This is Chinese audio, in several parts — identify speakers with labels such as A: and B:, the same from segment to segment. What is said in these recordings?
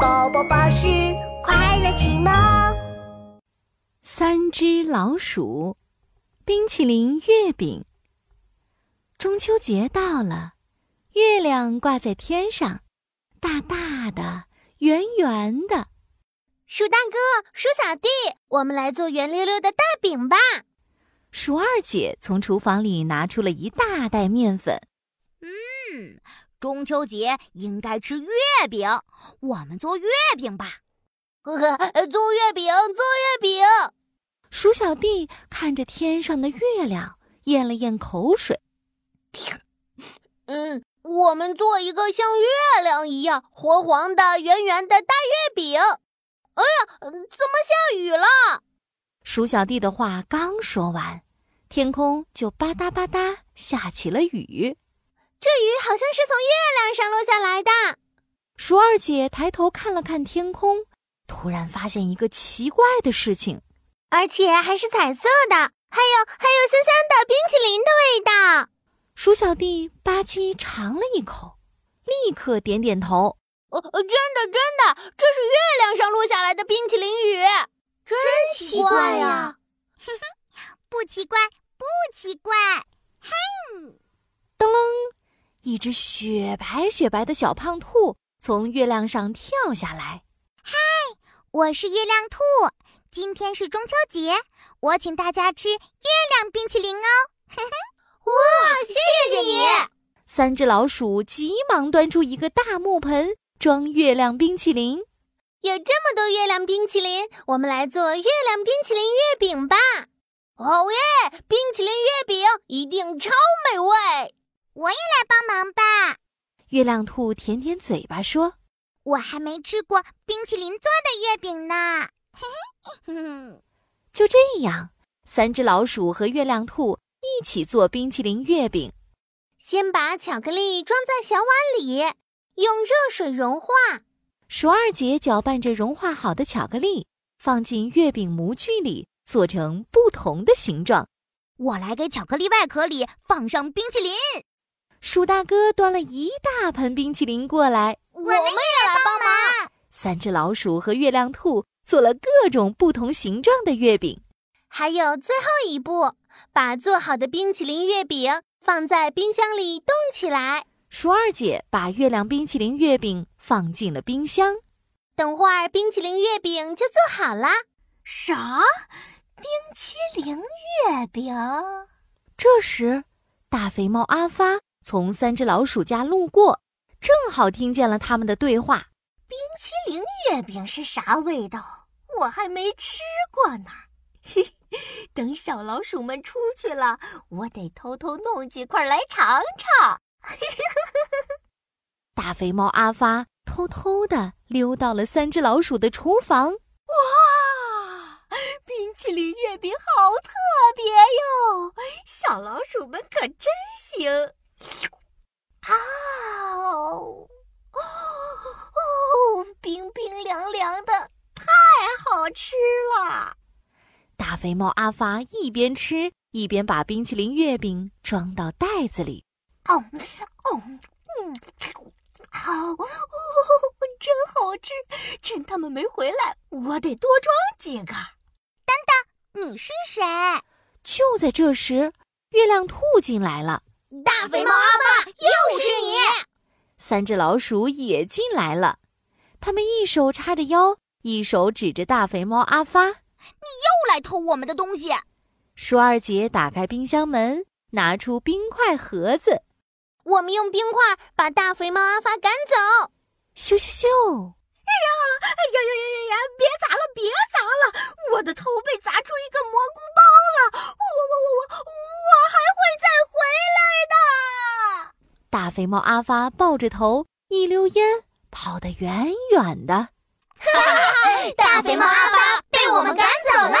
A: 宝宝巴士快乐启蒙。
B: 三只老鼠，冰淇淋月饼。中秋节到了，月亮挂在天上，大大的，圆圆的。
C: 鼠大哥，鼠小弟，我们来做圆溜溜的大饼吧！
B: 鼠二姐从厨房里拿出了一大袋面粉。
D: 嗯，中秋节应该吃月饼，我们做月饼吧！
C: 呵呵，呃做月饼，做月饼！
B: 鼠小弟看着天上的月亮，咽了咽口水。
C: 嗯，我们做一个像月亮一样黄黄的、圆圆的大月饼。哎呀，怎么下雨了？
B: 鼠小弟的话刚说完，天空就吧嗒吧嗒下起了雨。
C: 这雨好像是从月亮上落下来的。
B: 鼠二姐抬头看了看天空，突然发现一个奇怪的事情，
C: 而且还是彩色的，还有还有香香的冰淇淋的味道。
B: 鼠小弟吧唧尝了一口，立刻点点头。
C: 呃、哦，真的真的，这是月亮上落下来的冰淇淋雨，
A: 真奇怪呀、啊！
D: 嘿嘿，不奇怪，不奇怪。嘿，
B: 噔楞，一只雪白雪白的小胖兔从月亮上跳下来。
D: 嗨，我是月亮兔，今天是中秋节，我请大家吃月亮冰淇淋哦。嘿嘿。
C: 哇，谢谢你！
B: 三只老鼠急忙端出一个大木盆，装月亮冰淇淋。
C: 有这么多月亮冰淇淋，我们来做月亮冰淇淋月饼吧！哦耶，冰淇淋月饼一定超美味！
D: 我也来帮忙吧！
B: 月亮兔舔舔嘴巴说：“
D: 我还没吃过冰淇淋做的月饼呢。”嘿嘿，
B: 就这样，三只老鼠和月亮兔。一起做冰淇淋月饼，
C: 先把巧克力装在小碗里，用热水融化。
B: 鼠二姐搅拌着融化好的巧克力，放进月饼模具里，做成不同的形状。
D: 我来给巧克力外壳里放上冰淇淋。
B: 鼠大哥端了一大盆冰淇淋过来，
C: 我们也来帮忙。
B: 三只老鼠和月亮兔做了各种不同形状的月饼。
C: 还有最后一步，把做好的冰淇淋月饼放在冰箱里冻起来。
B: 鼠二姐把月亮冰淇淋月饼放进了冰箱，
C: 等会儿冰淇淋月饼就做好了。
E: 啥？冰淇淋月饼？
B: 这时，大肥猫阿发从三只老鼠家路过，正好听见了他们的对话。
E: 冰淇淋月饼是啥味道？我还没吃过呢。 嘿等小老鼠们出去了，我得偷偷弄几块来尝尝。
B: 大肥猫阿发偷偷的溜到了三只老鼠的厨房。
E: 哇，啊冰淇淋月饼好特别哟！小老鼠们可真行。啊哦哦，冰冰凉凉的，太好吃了。
B: 大肥猫阿发一边吃一边把冰淇淋月饼装到袋子里。
E: 哦哦，嗯，好哦，真好吃！趁他们没回来，我得多装几个。
D: 等等，你是谁？
B: 就在这时，月亮兔进来了。
A: 大肥猫阿发，又是你！
B: 三只老鼠也进来了，他们一手叉着腰，一手指着大肥猫阿发。
D: 你又来偷我们的东西！
B: 鼠二姐打开冰箱门，拿出冰块盒子。
C: 我们用冰块把大肥猫阿发赶走。
B: 咻咻咻！
E: 哎呀，哎呀呀呀呀呀！别砸了，别砸了！我的头被砸出一个蘑菇包了！我我我我我我还会再回来
B: 的！大肥猫阿发抱着头，一溜烟跑得远远的。
A: 哈哈！大肥猫阿发。被我们赶走啦！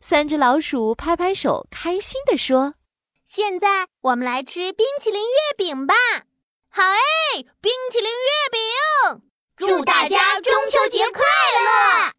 B: 三只老鼠拍拍手，开心地说：“
C: 现在我们来吃冰淇淋月饼吧！好哎，冰淇淋月饼！
A: 祝大家中秋节快乐！”